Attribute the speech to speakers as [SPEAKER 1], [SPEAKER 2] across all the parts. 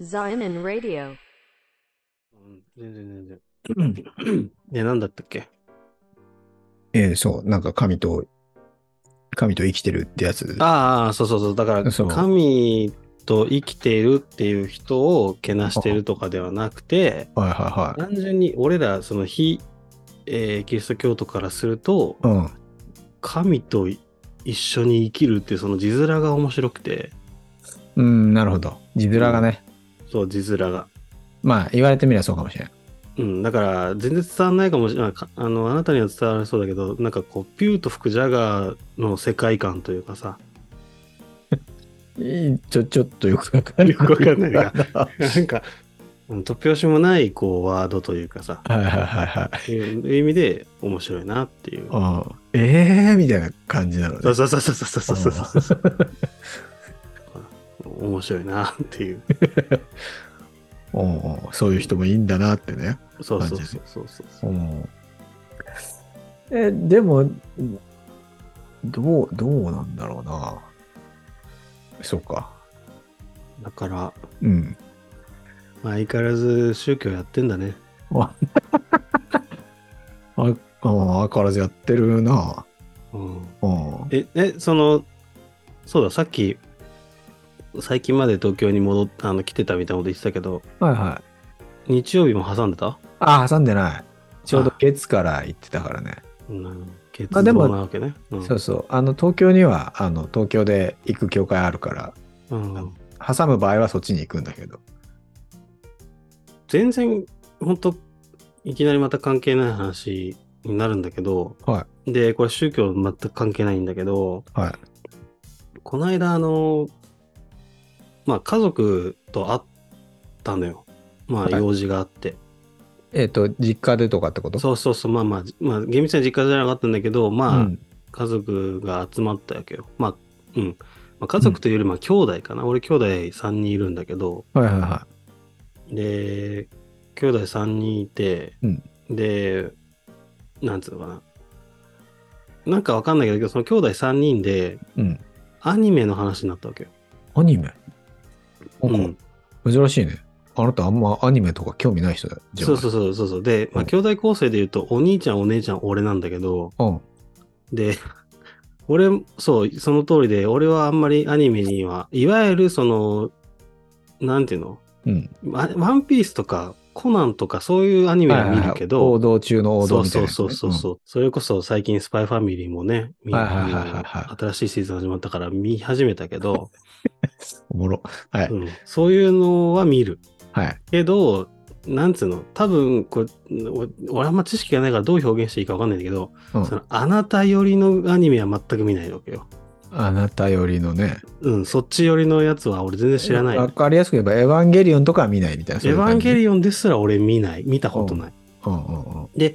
[SPEAKER 1] Zion Radio.
[SPEAKER 2] うん全然全然。 で、なんだったっけ
[SPEAKER 3] えーそう、なんか神と、神と生きてるってやつ。
[SPEAKER 2] ああ、そうそうそう。だから、
[SPEAKER 3] そう
[SPEAKER 2] 神と生きているっていう人をけなしてるとかではなくて、
[SPEAKER 3] はいはいは
[SPEAKER 2] 単純に俺ら、その非、えーキリスト教徒からすると、
[SPEAKER 3] い。うん。
[SPEAKER 2] 神と一緒に生きるっていうその字面が面白くて、
[SPEAKER 3] うん、なるほど。字面がね。
[SPEAKER 2] そう、字面が。
[SPEAKER 3] まあ、言われてみればそうかもしれない。
[SPEAKER 2] うん、だから全然伝わんないかもしれないかあのあなたには伝わらなそうだけどなんかこうピューと吹くジャガーの世界観というかさ
[SPEAKER 3] えーちょ、ちょっとよくわかんない。
[SPEAKER 2] よくわかんない がなんかうん突拍子もないこうワードというかさ
[SPEAKER 3] はいはいはいはい。
[SPEAKER 2] そういう意味で面白いなっていう
[SPEAKER 3] ああええー、みたいな感じなの
[SPEAKER 2] そ
[SPEAKER 3] ね
[SPEAKER 2] う。そうそうそうそうそうそうそう面白いなっていう
[SPEAKER 3] おうおうそういう人もいいんだなってね。
[SPEAKER 2] そうそうそうそうそう
[SPEAKER 3] おうえ、でも、どう、どうなんだろうな。そうか。
[SPEAKER 2] だから
[SPEAKER 3] うん。
[SPEAKER 2] まあ相変わらず宗教やってんだね
[SPEAKER 3] あ、ああ、からずやってるな。
[SPEAKER 2] うん
[SPEAKER 3] うん。
[SPEAKER 2] え、え、その、そうだ、さっき、最近まで東京に戻っあの来てたみたいなこと言ってたけど、
[SPEAKER 3] はいはい。
[SPEAKER 2] 日曜日も挟んでた
[SPEAKER 3] あ、挟んでない。ちょうど月から行ってたからね。
[SPEAKER 2] うん、月
[SPEAKER 3] あでも
[SPEAKER 2] なわけね。うん
[SPEAKER 3] そうそう。あの、東京には、あの、東京で行く教会あるから、
[SPEAKER 2] うん
[SPEAKER 3] 挟む場合はそっちに行くんだけど。
[SPEAKER 2] 全然、本当いきなりまた関係ない話になるんだけど、
[SPEAKER 3] は
[SPEAKER 2] で、これ宗教全く関係ないんだけど、
[SPEAKER 3] はい。
[SPEAKER 2] この間、あの、まあ、家族と会ったのよ。まあ、
[SPEAKER 3] はい
[SPEAKER 2] 用事があって。
[SPEAKER 3] えっ、と、実家でとかってこと
[SPEAKER 2] そうそうそう、まあまあ、まあ、厳密な実家じゃなかったんだけど、まあ、
[SPEAKER 3] うん
[SPEAKER 2] 家族が集まったわけよ。まあ、うん。まあ、家族というより、まあ、兄弟かな。俺、兄弟3人いるんだけど、
[SPEAKER 3] はいはいは
[SPEAKER 2] で、兄弟3人いて、
[SPEAKER 3] うん
[SPEAKER 2] で、なんつうのかな。なんかわかんないけど、その兄弟3人で、
[SPEAKER 3] い。うん。
[SPEAKER 2] アニメの話になったわけよ。
[SPEAKER 3] アニメ
[SPEAKER 2] う
[SPEAKER 3] なん
[SPEAKER 2] ん
[SPEAKER 3] か、珍しいね。あなたあんまアニメとか興味ない人だよ。
[SPEAKER 2] そうそう
[SPEAKER 3] う。
[SPEAKER 2] そうそうそう。で、まあ、
[SPEAKER 3] うん
[SPEAKER 2] 兄弟構成で言うと、お兄ちゃん、お姉ちゃん、俺なんだけど、
[SPEAKER 3] うん。
[SPEAKER 2] で、 俺、そう、その通りで、俺はあんまりアニメには、いわゆるその、なんていうの
[SPEAKER 3] うん。
[SPEAKER 2] ワワンピースとか、コナンとか、そういうアニメは見るけ
[SPEAKER 3] はいはいはい
[SPEAKER 2] ど、
[SPEAKER 3] 王道中の王
[SPEAKER 2] そ
[SPEAKER 3] 道
[SPEAKER 2] う
[SPEAKER 3] みたい
[SPEAKER 2] そ
[SPEAKER 3] な
[SPEAKER 2] う
[SPEAKER 3] やつね。
[SPEAKER 2] そうそうそう、それこそ最近、スパイファミリーもね、見
[SPEAKER 3] はいはいはいはいはい
[SPEAKER 2] 新しいシーズン始まったから見始めたけど、
[SPEAKER 3] うんおもろ。はい。
[SPEAKER 2] うんそういうのは見る。
[SPEAKER 3] はい。
[SPEAKER 2] けど、なんつうの、多分これ、お俺あんま知識がないからどう表現していいかわかんないんだけど、
[SPEAKER 3] うん
[SPEAKER 2] そのあなた寄りのアニメは全く見ないわけよ。
[SPEAKER 3] あなたよりのね。
[SPEAKER 2] うん、そっち寄りのやつは俺全然知らない。エ
[SPEAKER 3] わかりやすく言えば、エヴァンゲリオンとかは見ないみたいな。
[SPEAKER 2] ヴァンゲ
[SPEAKER 3] リ
[SPEAKER 2] リオンですら俺見ない。見たことない。
[SPEAKER 3] オン。うんうん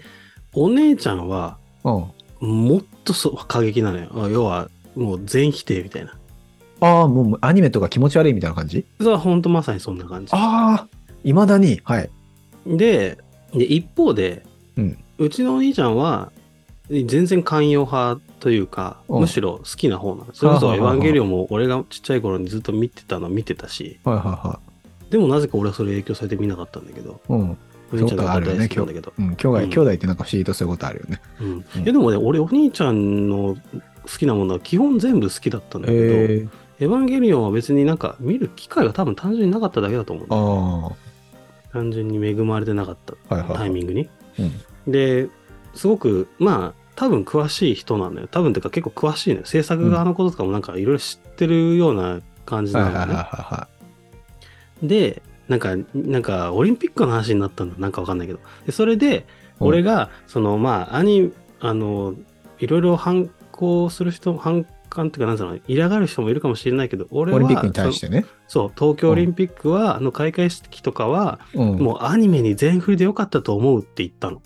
[SPEAKER 2] お姉ちゃんは、
[SPEAKER 3] うん。うん。
[SPEAKER 2] もっとそう過激なのよ。あ要は、もう全否定みたいな。
[SPEAKER 3] ああ、もうアニメとか気持ち悪いみたいな感じ
[SPEAKER 2] それは本当まさにそんな感じ。
[SPEAKER 3] ああ、いまだに。はい。
[SPEAKER 2] で、で一方で、
[SPEAKER 3] うん
[SPEAKER 2] ちのお兄ちゃんは、全然寛容派というか、
[SPEAKER 3] うん
[SPEAKER 2] むしろ好きな方なの。それこそ、
[SPEAKER 3] は
[SPEAKER 2] エ
[SPEAKER 3] あ
[SPEAKER 2] ヴ
[SPEAKER 3] はあはあ
[SPEAKER 2] ァンゲリオンも俺がちっちゃい頃にずっと見てたの見てたし、
[SPEAKER 3] はいはいは
[SPEAKER 2] でもなぜか俺はそれ影響されて見なかったんだけど、
[SPEAKER 3] い。うん。
[SPEAKER 2] お兄ちゃんが
[SPEAKER 3] そうかあるよ
[SPEAKER 2] 大
[SPEAKER 3] ね
[SPEAKER 2] 好きなんだけど。
[SPEAKER 3] うん、兄弟、
[SPEAKER 2] うん
[SPEAKER 3] 兄弟ってなんか不思議とそういうことあるよね。
[SPEAKER 2] うん、い
[SPEAKER 3] うん
[SPEAKER 2] やでもね俺お兄ちゃんの好きなものは基本全部好きだったんだけど、エ
[SPEAKER 3] え
[SPEAKER 2] ヴァンゲリオンは別になんか見る機会が多分単純になかっただけだと思う
[SPEAKER 3] ああ、は
[SPEAKER 2] 単純に恵まれてなかった
[SPEAKER 3] いは
[SPEAKER 2] タ
[SPEAKER 3] い。
[SPEAKER 2] イミングに、
[SPEAKER 3] うん
[SPEAKER 2] ですごくまあ多分詳しい人なんだよ多分てか結構詳しいのよ制作側のこととかもなんかいろいろ知ってるような感じ
[SPEAKER 3] はい
[SPEAKER 2] な
[SPEAKER 3] は
[SPEAKER 2] の
[SPEAKER 3] い
[SPEAKER 2] よね、
[SPEAKER 3] はいは
[SPEAKER 2] でなんかなんかオリンピックの話になったんだなんかわかんないけどでそれで俺がそのまあ兄あのいろいろ反抗する人反感っていうかなんつうの嫌がる人もいるかもしれないけど
[SPEAKER 3] い。
[SPEAKER 2] 俺は
[SPEAKER 3] オリンピックに対してね。
[SPEAKER 2] そそう東京オリンピックは、あの開会式とかは
[SPEAKER 3] うん。
[SPEAKER 2] もうアニメに全振りでよかったと思うって言ったの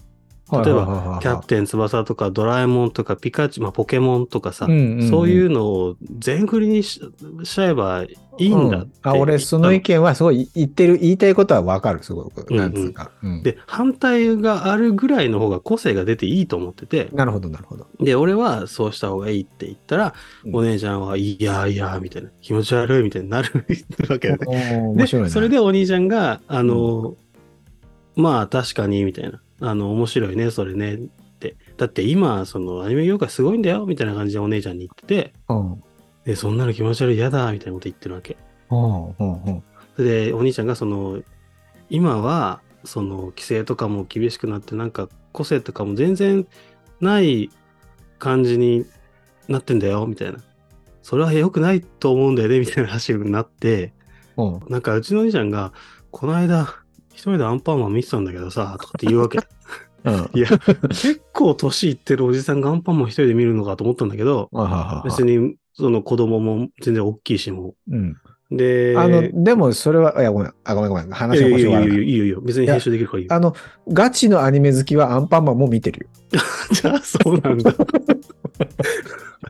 [SPEAKER 3] はい
[SPEAKER 2] 例えば
[SPEAKER 3] はいはいはい
[SPEAKER 2] キャプテン翼とかドラえもんとかピカチュウ、まあ、ポケモンとかさ、
[SPEAKER 3] んん
[SPEAKER 2] そういうのを全振りにししちゃえばいいんだって、
[SPEAKER 3] うあ俺、その意見はすごい言ってる、言いたいことはわかる、すごく。
[SPEAKER 2] うんうん
[SPEAKER 3] なんつうか。うん
[SPEAKER 2] で、反対があるぐらいの方が個性が出ていいと思ってて、
[SPEAKER 3] なるほど、なるほど。
[SPEAKER 2] で、俺はそうした方がいいって言ったら、
[SPEAKER 3] うん
[SPEAKER 2] お姉ちゃんは、いやいや、みたいな、気持ち悪いみたいになるわけよね。
[SPEAKER 3] おー面
[SPEAKER 2] で、
[SPEAKER 3] 白いね。
[SPEAKER 2] それでお兄ちゃんが、あの、まあ確かに、みたいな、あの、面白いね、それね、って。だって今、そのアニメ業界すごいんだよ、みたいな感じでお姉ちゃんに言ってて、
[SPEAKER 3] うん、うん
[SPEAKER 2] で、そんなの気持ち悪い、嫌だ、みたいなこと言ってるわけ。
[SPEAKER 3] うんうん
[SPEAKER 2] それでお兄ちゃんがその今はその規制とかも厳しくなってなんか個性とかも全然ない感じになってんだよみたいなそれは良くないと思うんだよねみたいな話になって
[SPEAKER 3] うん。
[SPEAKER 2] なんかうちのお兄ちゃんが「この間一人でアンパンマン見てたんだけどさ」とかって言う わけ
[SPEAKER 3] うん。
[SPEAKER 2] いや結構年いってるおじさんがアンパンマン一人で見るのかと思ったんだけど
[SPEAKER 3] はいはいはい
[SPEAKER 2] 別にその子供も全然大きいしも
[SPEAKER 3] うん。
[SPEAKER 2] うで
[SPEAKER 3] あの、でもそれは、いや、ごめん、あ、ごめんごめん、
[SPEAKER 2] い
[SPEAKER 3] 話
[SPEAKER 2] や
[SPEAKER 3] が
[SPEAKER 2] いや
[SPEAKER 3] 面
[SPEAKER 2] い
[SPEAKER 3] 白
[SPEAKER 2] や
[SPEAKER 3] い
[SPEAKER 2] いやいやいや別に編集できるからいいよ
[SPEAKER 3] あの、ガチのアニメ好きはアンパンマンも見てるよ。
[SPEAKER 2] じゃあそうなんだ。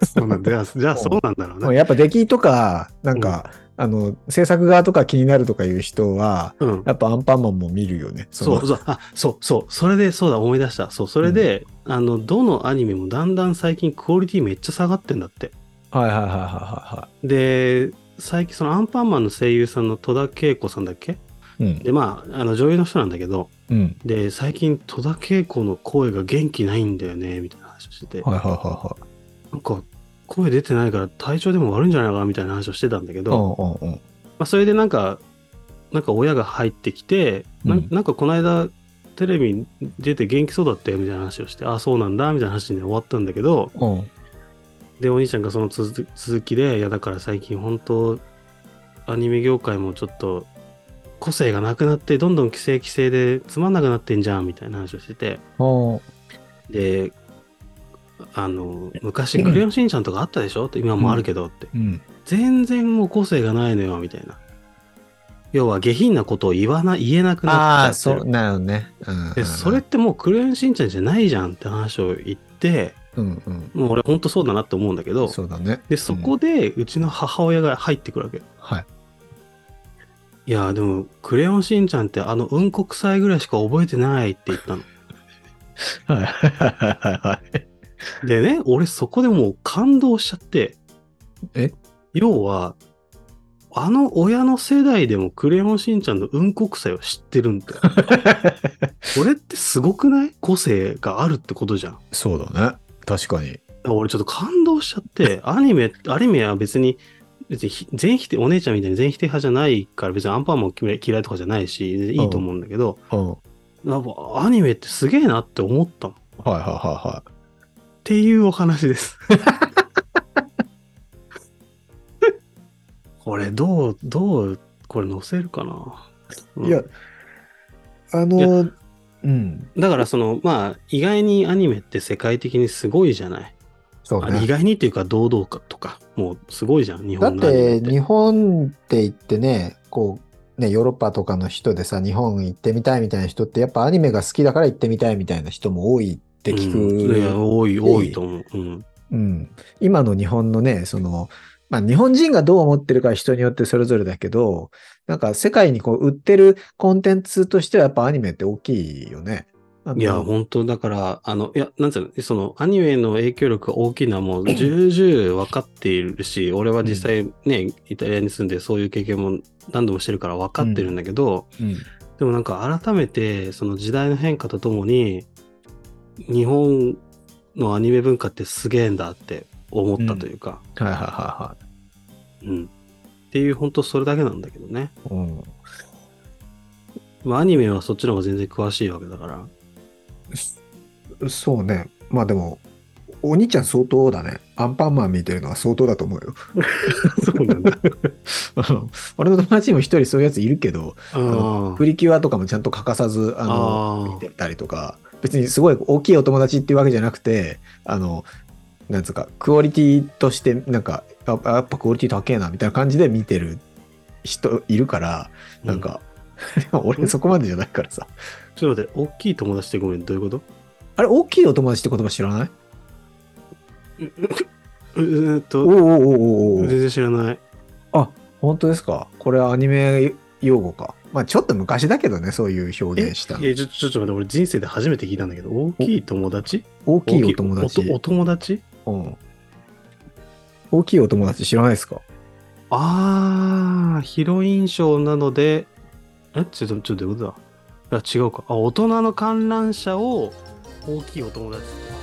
[SPEAKER 2] そうなんだ。じゃあじゃあそうなんだろう
[SPEAKER 3] もう
[SPEAKER 2] ね。
[SPEAKER 3] やっぱ出来とか、なんか、あの、制作側とか気になるとかいう人は、
[SPEAKER 2] うん。
[SPEAKER 3] やっぱアンパンマンも見るよね。
[SPEAKER 2] そ
[SPEAKER 3] の
[SPEAKER 2] うそう。あ、そうそう。それで、そうだ、思い出した。そう、それで、あの、どのアニメもだんだん最近クオリティめっちゃ下がってんだって。
[SPEAKER 3] はいはいはいはいは
[SPEAKER 2] で、最近、そのアンパンマンの声優さんの戸田恵子さんだっけ
[SPEAKER 3] いはい。
[SPEAKER 2] で、まあ、あの女優の人なんだけど、
[SPEAKER 3] うん。うん。
[SPEAKER 2] で、最近、戸田恵子の声が元気ないんだよね、みたいな話をしてて、
[SPEAKER 3] はいはいはいはい。
[SPEAKER 2] なんか、声出てないから体調でも悪いんじゃないかな、みたいな話をしてたんだけ
[SPEAKER 3] う
[SPEAKER 2] ど、
[SPEAKER 3] んうんうん。
[SPEAKER 2] まあ、それでなんか、なんか親が入ってきて、な
[SPEAKER 3] うん
[SPEAKER 2] なんかこの間、テレビに出て元気そうだったよみたいな話をして、ああ、そうなんだ、みたいな話で終わったんだけど、
[SPEAKER 3] うん。
[SPEAKER 2] で、お兄ちゃんがその続き続きで、いや、だから最近本当、アニメ業界もちょっと、個性がなくなって、どんどん規制規制でつまんなくなってんじゃん、みたいな話をしてて、
[SPEAKER 3] うん。
[SPEAKER 2] で、あの、昔、クレヨンしんちゃんとかあったでしょって、今もあるけどって。
[SPEAKER 3] うん。
[SPEAKER 2] 全然もう個性がないのよみたいな要は下品なことを言わな言えなく
[SPEAKER 3] あ
[SPEAKER 2] な
[SPEAKER 3] あ、
[SPEAKER 2] っちゃ
[SPEAKER 3] そ
[SPEAKER 2] って
[SPEAKER 3] う、
[SPEAKER 2] る
[SPEAKER 3] なるほどね。うん
[SPEAKER 2] でそれっ、てもうクレヨンしんちゃんじゃないじゃんって話を言って
[SPEAKER 3] うんうん。
[SPEAKER 2] もう俺ほんとそうだなって思うんだけど
[SPEAKER 3] そうだね。
[SPEAKER 2] でそこでうちの母親が入ってくるわけ、
[SPEAKER 3] はい。
[SPEAKER 2] いやでも「クレヨンしんちゃんってあのうんこ臭いぐらいしか覚えてない」って言ったの
[SPEAKER 3] はいはいはい。
[SPEAKER 2] でね俺そこでもう感動しちゃって
[SPEAKER 3] え
[SPEAKER 2] 要はあの親の世代でもクレヨンしんちゃんのうんこ臭いを知ってるんだよこれってすごくない個性があるってことじゃん。だか
[SPEAKER 3] そうだね。確かに。
[SPEAKER 2] ら俺ちょっと感動しちゃって、アニメ、アニメは別に、別にひ全否定、お姉ちゃんみたいに全否定派じゃないから、別にアンパンマン嫌い嫌いとかじゃないし、いいと思うんだけど、
[SPEAKER 3] うん。はい
[SPEAKER 2] やっぱアニメってすげえなって思ったの。っ
[SPEAKER 3] はいはいは
[SPEAKER 2] ていうお話です。 これどう、どう、これ載せるかな。うん
[SPEAKER 3] い。いや、あの、うん。
[SPEAKER 2] だからその、まあ、意外にアニメって世界的にすごいじゃない。
[SPEAKER 3] そう
[SPEAKER 2] あ意外にっていうか堂々かとかもうすごいじゃん日
[SPEAKER 3] だ
[SPEAKER 2] 本
[SPEAKER 3] っ
[SPEAKER 2] のアニメ
[SPEAKER 3] て日本って言ってね、こう、ね、ヨーロッパとかの人でさ、日本行ってみたいみたいな人って、やっぱアニメが好きだから行ってみたいみたいな人も多いって聞
[SPEAKER 2] うんいや
[SPEAKER 3] く。
[SPEAKER 2] 多い多いと思う、うん、
[SPEAKER 3] うん。今の日本のね、その、まあ日本人がどう思ってるかは人によってそれぞれだけど、なんか世界にこう売ってるコンテンツとしてはやっぱアニメって大きいよね。あの
[SPEAKER 2] いや本当だからあのいやなんつうのそのアニメの影響力が大きいのはもう重々分かっているし俺は実際ね、イタリアに住んでそういう経験も何度もしてるから分かってるんだけど、
[SPEAKER 3] うん
[SPEAKER 2] でもなんか改めてその時代の変化とともに日本のアニメ文化ってすげえんだって思ったというか、
[SPEAKER 3] はいはいは
[SPEAKER 2] うんっていう本当それだけなんだけどね。
[SPEAKER 3] いはい。うん
[SPEAKER 2] まあ、アニメはそっちの方が全然詳しいわけだから。
[SPEAKER 3] そうね。まあでも、お兄ちゃん相当だね。アンパンマン見てるのは相当だと思うよ。
[SPEAKER 2] そう なん だ。
[SPEAKER 3] あの俺の友達にも一人そういうやついるけど、
[SPEAKER 2] あ
[SPEAKER 3] プリキュアとかもちゃんと欠かさず、あの、見
[SPEAKER 2] あ
[SPEAKER 3] てたりとか、別にすごい大きいお友達っていうわけじゃなくて、あの、なんつうか、クオリティとして、なんか、ああやっぱクオリティ高えな、みたいな感じで見てる人いるから、
[SPEAKER 2] ー。
[SPEAKER 3] なんか、俺そこまでじゃないからさ。
[SPEAKER 2] うん。ちょっと待って、大きい友達ってごめん、どういうこと
[SPEAKER 3] あれ、大きいお友達って言葉知らないう
[SPEAKER 2] ーん
[SPEAKER 3] おお
[SPEAKER 2] と、
[SPEAKER 3] おおおお
[SPEAKER 2] 全然知らない。
[SPEAKER 3] あ、本当ですか。これはアニメ用語か。まあ、ちょっと昔だけどね、そういう表現したの。
[SPEAKER 2] え、ちょちょっと待って、俺人生で初めて聞いたんだけど、大きい友達
[SPEAKER 3] 大きいお友
[SPEAKER 2] 大きい
[SPEAKER 3] 達
[SPEAKER 2] おお。友達
[SPEAKER 3] うん大きいお友達知らないですか
[SPEAKER 2] あー、ヒロイン賞なので、え、ちょっと、ちょっとどういうことだあ、違うか。あ、大人の観覧車を大きいお友達。あ